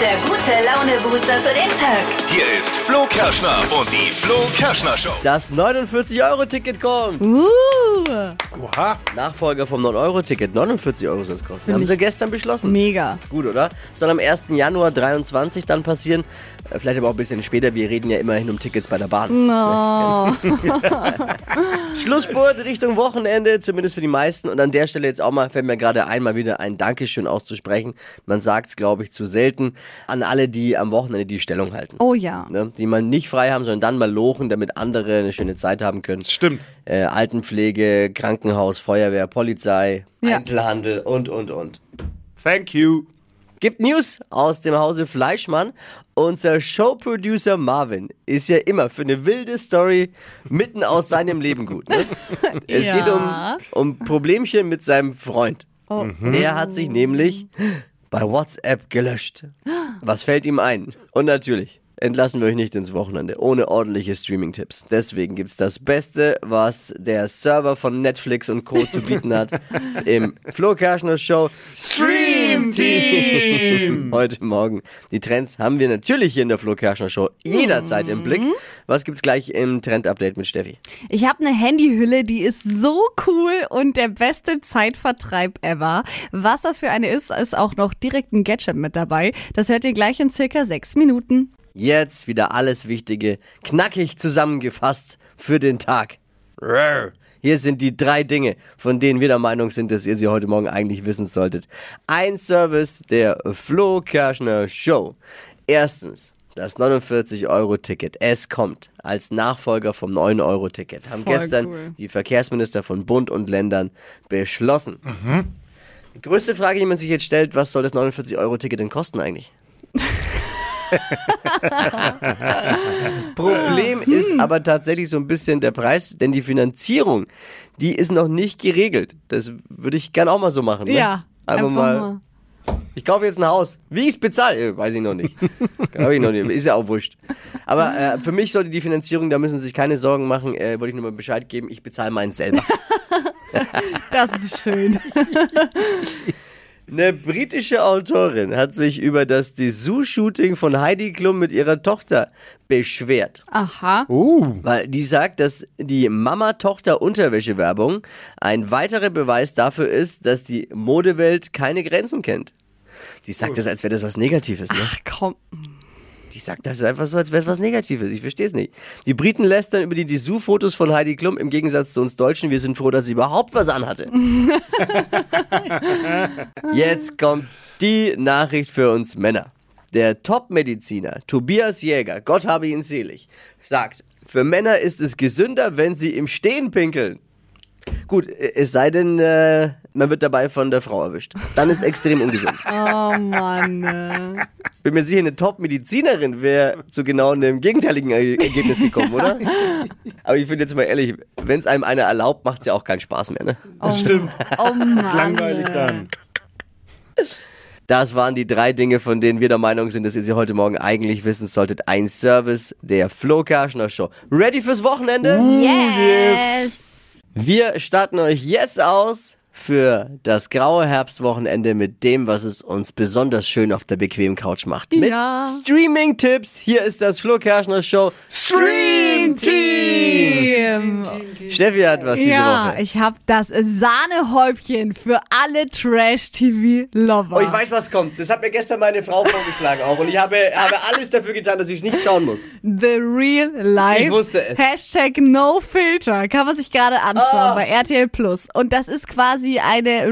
der gute Laune-Booster für den Tag. Hier ist Flo Kerschner und die Flo Kerschner Show. Das 49-Euro-Ticket kommt. Uh, Oha. Nachfolger vom 9-Euro-Ticket. 49 Euro soll es kosten. Haben ich- sie gestern beschlossen. mega. Gut, oder? Soll am 1. Januar 23 dann passieren. Äh, Vielleicht aber auch ein bisschen später. Wir reden ja immerhin um Tickets bei der Bahn. Oh, Schlussspurt Richtung Wochenende, zumindest für die meisten. Und an der Stelle jetzt auch mal, fällt mir gerade einmal wieder ein Dankeschön auszusprechen. Man sagt es, glaube ich, zu selten an alle, die am Wochenende die Stellung halten. oh ja. Ne? Die mal nicht frei haben, sondern dann mal lochen, damit andere eine schöne Zeit haben können. Stimmt. äh, Altenpflege, Krankenhaus, Feuerwehr, Polizei, Ja. Einzelhandel und, und, und. Thank you. Gibt News aus dem Hause Fleischmann. Unser Showproducer Marvin ist ja immer für eine wilde Story mitten aus seinem Leben gut. Ne? Es geht Ja. um, um Problemchen mit seinem Freund. Mhm. Der hat sich nämlich bei WhatsApp gelöscht. Was fällt ihm ein? Und natürlich entlassen wir euch nicht ins Wochenende ohne ordentliche Streaming-Tipps. Deswegen gibt's das Beste, was der Server von Netflix und Co. zu bieten hat, im Flo Kerschner Show Stream Team. Heute Morgen. Die Trends haben wir natürlich hier in der Flo Kerschner Show jederzeit im Blick. Was gibt's gleich im Trend-Update mit Steffi? Ich habe eine Handyhülle, die ist so cool und der beste Zeitvertreib ever. Was das für eine ist, ist auch noch direkt ein Gadget mit dabei. Das hört ihr gleich in circa sechs Minuten. Jetzt wieder alles Wichtige knackig zusammengefasst für den Tag. Rrr. Hier sind die drei Dinge, von denen wir der Meinung sind, dass ihr sie heute Morgen eigentlich wissen solltet. Ein Service der Flo Kerschner Show. Erstens. Das 49-Euro-Ticket. Es kommt als Nachfolger vom 9-Euro-Ticket. Haben Voll gestern cool. die Verkehrsminister von Bund und Ländern beschlossen. Die größte Frage, die man sich jetzt stellt, was soll das 49-Euro-Ticket denn kosten eigentlich? Problem Hm. ist aber tatsächlich so ein bisschen der Preis, denn die Finanzierung, die ist noch nicht geregelt. Das würde ich gern auch mal so machen. Ne? Ja, Einfach, einfach mal, mal. Ich kaufe jetzt ein Haus. Wie ich es bezahle, äh, weiß ich noch nicht. Hab ich noch nicht. Ist ja auch wurscht. Aber äh, für mich sollte die Finanzierung, da müssen Sie sich keine Sorgen machen, äh, wollte ich nur mal Bescheid geben, ich bezahle meinen selber. Das ist schön. Eine britische Autorin hat sich über das Dessous-Shooting von Heidi Klum mit ihrer Tochter beschwert. Aha. Oh. Weil die sagt, dass die Mama-Tochter-Unterwäsche-Werbung ein weiterer Beweis dafür ist, dass die Modewelt keine Grenzen kennt. Die sagt das, als wäre das was Negatives, ne? Ach komm. Die sagt das einfach so, als wäre es was Negatives. Ich verstehe es nicht. Die Briten lästern über die Dessous-Fotos von Heidi Klum. Im Gegensatz zu uns Deutschen, wir sind froh, dass sie überhaupt was anhatte. Jetzt kommt die Nachricht für uns Männer. Der Top-Mediziner Tobias Jäger, Gott habe ihn selig, sagt, für Männer ist es gesünder, wenn sie im Stehen pinkeln. Gut, es sei denn, äh, man wird dabei von der Frau erwischt. Dann ist extrem ungesund. Oh Mann. äh. Bin mir sicher, eine Top-Medizinerin wäre zu genau einem gegenteiligen Er- Ergebnis gekommen, oder? Aber ich finde jetzt mal ehrlich, wenn es einem einer erlaubt, macht es ja auch keinen Spaß mehr. Ne? Oh, Stimmt. Oh Mann. Das ist langweilig dann. Das waren die drei Dinge, von denen wir der Meinung sind, dass ihr sie heute Morgen eigentlich wissen solltet. Ein Service der Flo Kerschner Show. Ready fürs Wochenende? Yes. Wir starten euch jetzt aus für das graue Herbstwochenende mit dem, was es uns besonders schön auf der bequemen Couch macht. Mit Ja. Streaming-Tipps. Hier ist das Flo Kerschner Show Stream Team. Steffi hat was diese Ja, Woche. ich habe das Sahnehäubchen für alle Trash-TV-Lover. Oh, ich weiß, was kommt. Das hat mir gestern meine Frau vorgeschlagen auch. Und ich habe, habe alles dafür getan, dass ich es nicht schauen muss. The Real Life. Ich wusste es. Oh. Hashtag No Filter. Kann man sich gerade anschauen bei RTL Plus. Und das ist quasi eine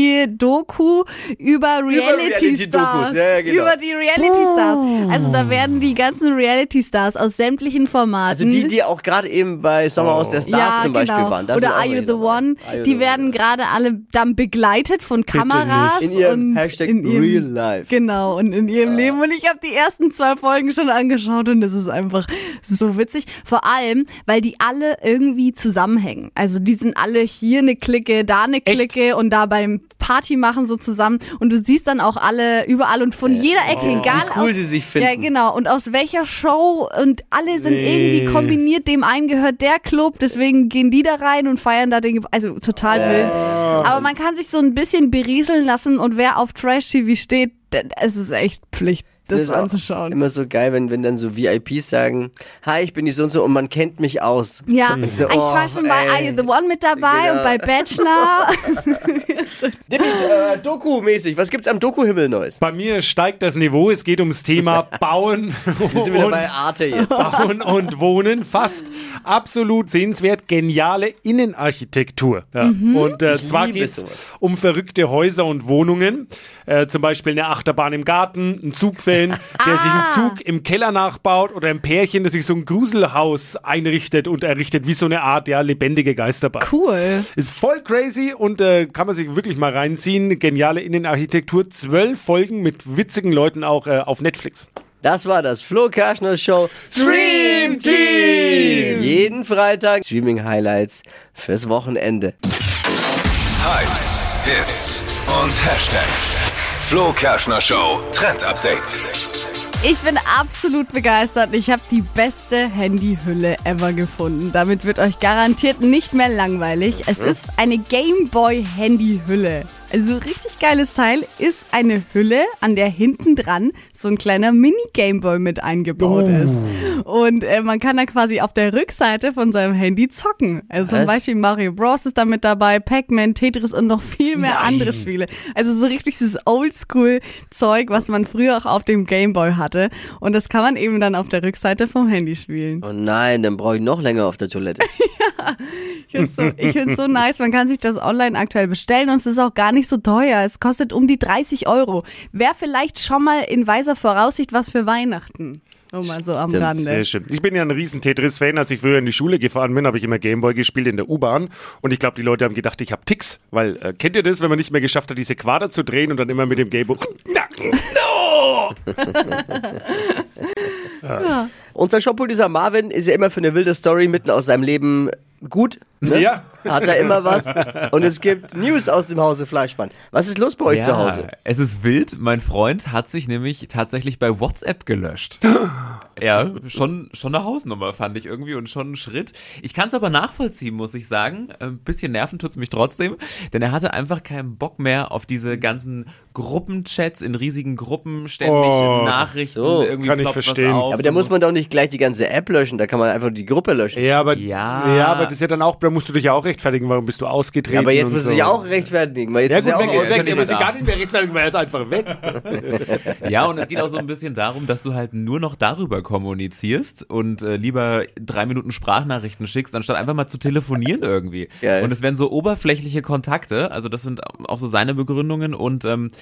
Reality-Doku über Reality Stars. Reality-Dokus. Ja, ja, genau. Über die Reality Stars. Also da werden die ganzen Reality Stars aus sämtlichen Also Formaten. die, die auch gerade eben bei Sommer aus der Stars Hm. ja, zum Beispiel genau. waren. Da sind Oder auch Are You welche the dabei. One? Are You the Die One, werden ja. gerade alle dann begleitet von Kameras. In ihrem und Hashtag in ihrem, Real Life. Genau, und in Ah. ihrem Leben. Und ich habe die ersten zwei Folgen schon angeschaut und das ist einfach so witzig. Vor allem, weil die alle irgendwie zusammenhängen. Also die sind alle hier eine Clique, da eine Clique und da beim Party machen so zusammen. Und du siehst dann auch alle überall und von jeder Ecke, egal Äh, wie cool aus, sie sich finden. Ja, genau. Und aus welcher Show und alle sind irgendwie kombiniert. Dem einen gehört der Club, deswegen gehen die da rein und feiern da den. Ge also total wild. Aber man kann sich so ein bisschen berieseln lassen und wer auf Trash TV steht, d- es ist echt Pflicht, das, ist auch anzuschauen. Immer so geil, wenn, wenn dann so VIPs sagen, hi, ich bin die so und so und man kennt mich aus. Ja, Ich so, ich war oh, schon bei ey. Are You the One mit dabei Genau. und bei Bachelor. Dippi, äh, Doku-mäßig, was gibt's am Doku-Himmel Neues? Bei mir steigt das Niveau, es geht ums Thema Bauen Wir sind wieder bei Arte jetzt. Bauen und Wohnen fast absolut sehenswert geniale Innenarchitektur. Ja. Und äh, zwar Mhm. liebe geht es sowas. um verrückte Häuser und Wohnungen, äh, zum Beispiel eine Achterbahn im Garten, ein Zugfan, der sich Ah. einen Zug im Keller nachbaut oder ein Pärchen, das sich so ein Gruselhaus einrichtet und errichtet, wie so eine Art ja, lebendige Geisterbahn. Cool. Ist voll crazy und äh, kann man sich wirklich mal reinziehen. Geniale Innenarchitektur, zwölf Folgen mit witzigen Leuten auch äh, auf Netflix. Das war das Flo Kerschner Show Stream Team! Jeden Freitag Streaming Highlights fürs Wochenende. Hypes, Hits und Hashtags. Flo Kerschner Show Trend Update. Ich bin absolut begeistert. Ich habe die beste Handyhülle ever gefunden. Damit wird euch garantiert nicht mehr langweilig. Es ist eine Gameboy Handyhülle. Also richtig geiles Teil ist eine Hülle, an der hinten dran so ein kleiner Mini Gameboy mit eingebaut ist. Und äh, man kann da quasi auf der Rückseite von seinem Handy zocken. Also zum Was? Beispiel Mario Bros ist da mit dabei, Pac-Man, Tetris und noch viel mehr andere Spiele. Also so richtig dieses Oldschool-Zeug, was man früher auch auf dem Gameboy hatte. Und das kann man eben dann auf der Rückseite vom Handy spielen. Oh nein, dann brauche ich noch länger auf der Toilette. Ich finde es so, ich find's so nice. Man kann sich das online aktuell bestellen und es ist auch gar nicht so teuer. Es kostet um die 30 Euro. Wäre vielleicht schon mal in weiser Voraussicht was für Weihnachten. Nur mal so am Stimmt, Rande. Sehr schön. Ich bin ja ein riesen Tetris-Fan. Als ich früher in die Schule gefahren bin, habe ich immer Gameboy gespielt in der U-Bahn. Und ich glaube, die Leute haben gedacht, ich habe Ticks. Weil, äh, kennt ihr das, wenn man nicht mehr geschafft hat, diese Quader zu drehen und dann immer mit dem Gameboy... Na, no! Unser Shop-Producer Marvin ist ja immer für eine wilde Story mitten aus seinem Leben gut. Ne? Ja. Hat er immer was. Und es gibt News aus dem Hause Fleischmann. Was ist los bei euch zu Hause? Es ist wild. Mein Freund hat sich nämlich tatsächlich bei WhatsApp gelöscht. ja, schon, schon eine Hausnummer, fand ich irgendwie und schon ein Schritt. Ich kann es aber nachvollziehen, muss ich sagen. Ein bisschen nerven tut's mich trotzdem, denn er hatte einfach keinen Bock mehr auf diese ganzen Gruppenchats in riesigen Gruppen, ständig Oh, Nachrichten, so, irgendwie kann ich ploppt verstehen. was auf. Aber da muss man doch nicht gleich die ganze App löschen, da kann man einfach die Gruppe löschen. Ja, aber, Ja. ja, aber das ist ja dann auch... Da musst du dich ja auch rechtfertigen, warum bist du ausgetreten aber jetzt und muss so. er sich auch rechtfertigen, weil jetzt Ja ist gut, er weg auch ist jetzt weg. sind Der wir muss sich da. gar nicht mehr rechtfertigen, weil er ist einfach weg. Ja, und es geht auch so ein bisschen darum, dass du halt nur noch darüber kommunizierst und äh, lieber drei Minuten Sprachnachrichten schickst, anstatt einfach mal zu telefonieren irgendwie. Geil. Und es werden so oberflächliche Kontakte, also das sind auch so seine Begründungen und ähm,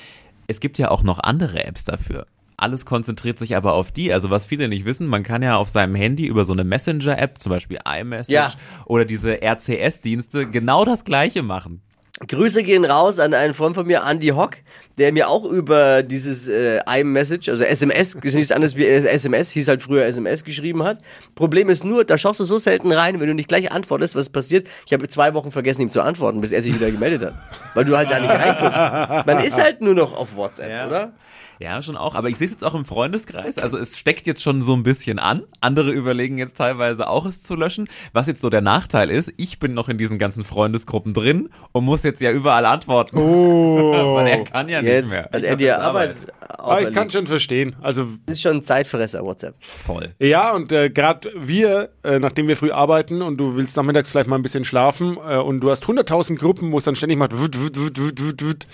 es gibt ja auch noch andere Apps dafür. Alles konzentriert sich aber auf die. Also was viele nicht wissen, man kann ja auf seinem Handy über so eine Messenger-App, zum Beispiel iMessage Ja. oder diese RCS-Dienste, genau das gleiche machen. Grüße gehen raus an einen Freund von mir, Andy Hock, der mir auch über dieses äh, iMessage, also SMS, ist nichts anderes wie äh, SMS, hieß halt früher SMS, geschrieben hat. Problem ist nur, da schaust du so selten rein, wenn du nicht gleich antwortest, was passiert. Ich habe zwei Wochen vergessen, ihm zu antworten, bis er sich wieder gemeldet hat. Weil du halt da nicht reinguckst. Man ist halt nur noch auf WhatsApp, Ja. oder? Ja, schon auch. Aber ich sehe es jetzt auch im Freundeskreis. Also es steckt jetzt schon so ein bisschen an. Andere überlegen jetzt teilweise auch, es zu löschen. Was jetzt so der Nachteil ist, ich bin noch in diesen ganzen Freundesgruppen drin und muss jetzt ja überall antworten. Weil er kann ja Oh. Jetzt nicht mehr. hat Ich er hab die jetzt Arbeit Aber Oh. Ah, ich kann auferlegt. schon verstehen. Also Das ist schon ein Zeitfresser, WhatsApp. Voll. Ja, und äh, gerade wir, äh, nachdem wir früh arbeiten und du willst nachmittags vielleicht mal ein bisschen schlafen äh, und du hast 100.000 Gruppen, wo es dann ständig macht, wut, wut, wut, wut, wut, wut.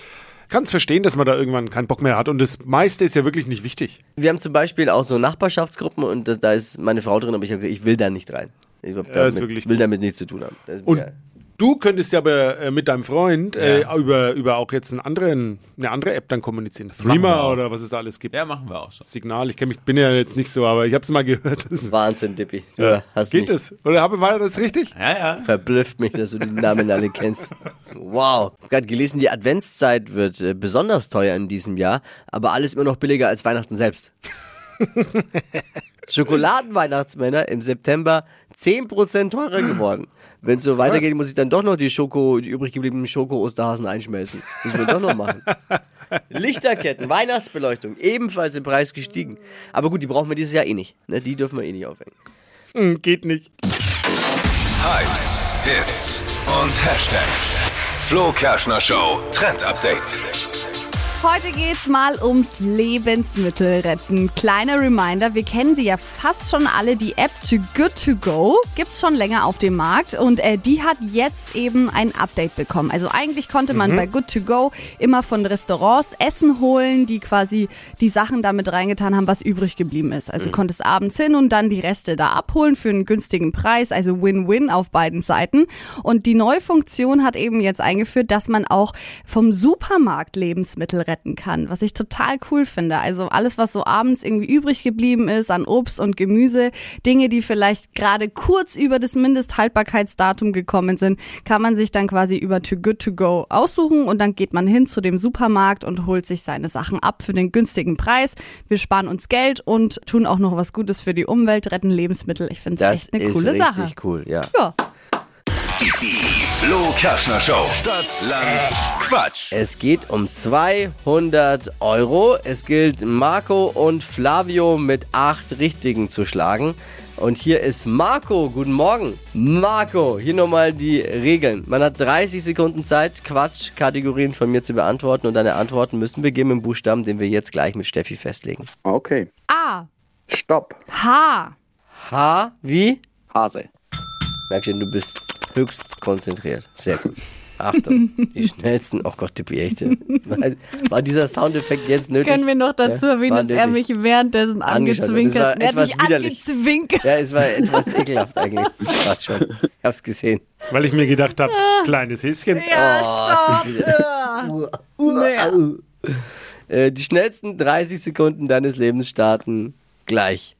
Kannst verstehen, dass man da irgendwann keinen Bock mehr hat und das meiste ist ja wirklich nicht wichtig. Wir haben zum Beispiel auch so Nachbarschaftsgruppen und das, da ist meine Frau drin, aber ich habe gesagt, ich will da nicht rein. Ich glaub, Ja, ist damit, wirklich will gut. damit nichts zu tun haben. Das ist mir Und egal. du könntest ja aber äh, mit deinem Freund Ja. äh, über, über auch jetzt einen anderen, eine andere App dann kommunizieren. wir Threema auch. oder was es da alles gibt. Ja, machen wir auch schon. Signal, ich kenn mich, bin ja jetzt nicht so, aber ich habe es mal gehört. Das Wahnsinn, Dippi. Du hast mich, Geht das? Oder hab- war das richtig? Ja, ja. verblüfft mich, dass du die Namen alle kennst. Wow. Gerade gelesen, die Adventszeit wird äh, besonders teuer in diesem Jahr, aber alles immer noch billiger als Weihnachten selbst. Schokoladenweihnachtsmänner im September 10% teurer geworden. Wenn es so weitergeht, muss ich dann doch noch die Schoko, die übrig gebliebenen Schoko-Osterhasen einschmelzen. Müssen wir doch noch machen. Lichterketten, Weihnachtsbeleuchtung, ebenfalls im Preis gestiegen. Aber gut, die brauchen wir dieses Jahr eh nicht. Ne, die dürfen wir eh nicht aufhängen. Hm, Geht nicht. Hypes, Hits und Hashtags. Flo Kerschner Show Trend Update. Heute geht's mal ums Lebensmittelretten. Kleiner Reminder, wir kennen sie ja fast schon alle. Die App Too Good To Go gibt's schon länger auf dem Markt und äh, die hat jetzt eben ein Update bekommen. Also eigentlich konnte man bei Good To Go immer von Restaurants Essen holen, die quasi die Sachen damit reingetan haben, was übrig geblieben ist. Also konntest abends hin und dann die Reste da abholen für einen günstigen Preis. Also Win-Win auf beiden Seiten. Und die neue Funktion hat eben jetzt eingeführt, dass man auch vom Supermarkt Lebensmittel retten kann, was ich total cool finde. Also alles, was so abends irgendwie übrig geblieben ist an Obst und Gemüse, Dinge, die vielleicht gerade kurz über das Mindesthaltbarkeitsdatum gekommen sind, kann man sich dann quasi über Too Good To Go aussuchen und dann geht man hin zu dem Supermarkt und holt sich seine Sachen ab für den günstigen Preis. Wir sparen uns Geld und tun auch noch was Gutes für die Umwelt, retten Lebensmittel. Ich finde es Das echt eine ist coole richtig Sache. cool, ja. Ja. Die Flo Kerschner Show. Stadt, Land, Quatsch. Es geht um 200 Euro. Es gilt Marco und Flavio mit acht Richtigen zu schlagen. Und hier ist Marco. Guten Morgen. Marco, hier nochmal die Regeln. Man hat 30 Sekunden Zeit, Quatsch-Kategorien von mir zu beantworten. Und deine Antworten müssen beginnen mit dem Buchstaben, den wir jetzt gleich mit Steffi festlegen. Okay. A. Stopp. H. H wie? Hase. Merkchen, du bist höchst konzentriert. Sehr gut. Achtung, die schnellsten. Oh Gott, die echte. War dieser Soundeffekt jetzt nötig? Können wir noch dazu Ja, erwähnen, war dass er nötig. mich währenddessen Angeschaut hat. Das war angezwinkert Er hat etwas mich widerlich. angezwinkert. Ja, es war etwas ekelhaft eigentlich. War's schon. Ich hab's gesehen. Weil ich mir gedacht habe, kleines Häschen. Oh, Ja, Au. Äh, Die schnellsten 30 Sekunden deines Lebens starten gleich.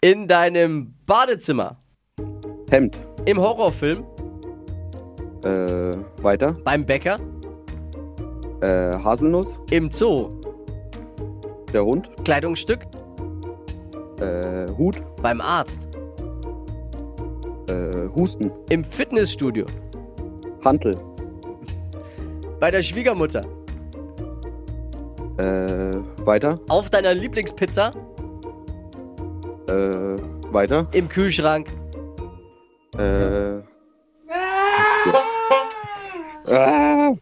In deinem Badezimmer, Hemd. im Horrorfilm, Äh, weiter. beim Bäcker, Äh, Haselnuss. im Zoo, Der Hund. Kleidungsstück, Äh, Hut. beim Arzt, Äh, Husten. im Fitnessstudio, Hantel. bei der Schwiegermutter, Äh, weiter. auf deiner Lieblingspizza, Äh, weiter. im Kühlschrank. Äh. Ah,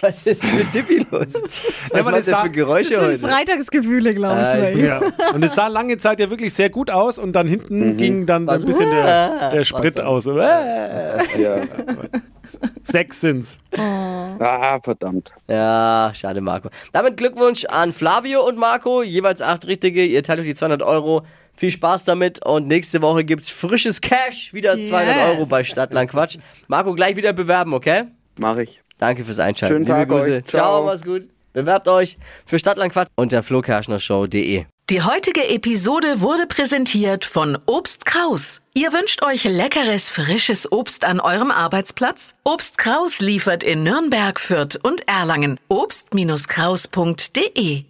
Was ist mit Dippy los? Was aber macht das der sag- für Geräusche das sind heute? Freitagsgefühle, glaube ich. Ah, bei ihm. Ja. Und es sah lange Zeit ja wirklich sehr gut aus und dann hinten ging dann ein bisschen der, der Sprit Wasser. aus. Äh, Ja. Sechs sind's. ah, verdammt. Ja, schade, Marco. Damit Glückwunsch an Flavio und Marco, jeweils acht Richtige. Ihr teilt euch die 200 Euro. Viel Spaß damit und nächste Woche gibt's frisches Cash. Wieder 200 Yes. Euro bei Stadtland Quatsch. Marco, gleich wieder bewerben, okay? Mach ich. Danke fürs Einschalten. Schönen Liebe Tag Grüße. euch. Ciao. Ciao. mach's gut. Bewerbt euch für Stadtland Quatsch unter flokerschnershow.de. Die heutige Episode wurde präsentiert von Obst Kraus. Ihr wünscht euch leckeres, frisches Obst an eurem Arbeitsplatz? Obst Kraus liefert in Nürnberg, Fürth und Erlangen. Obst-Kraus.de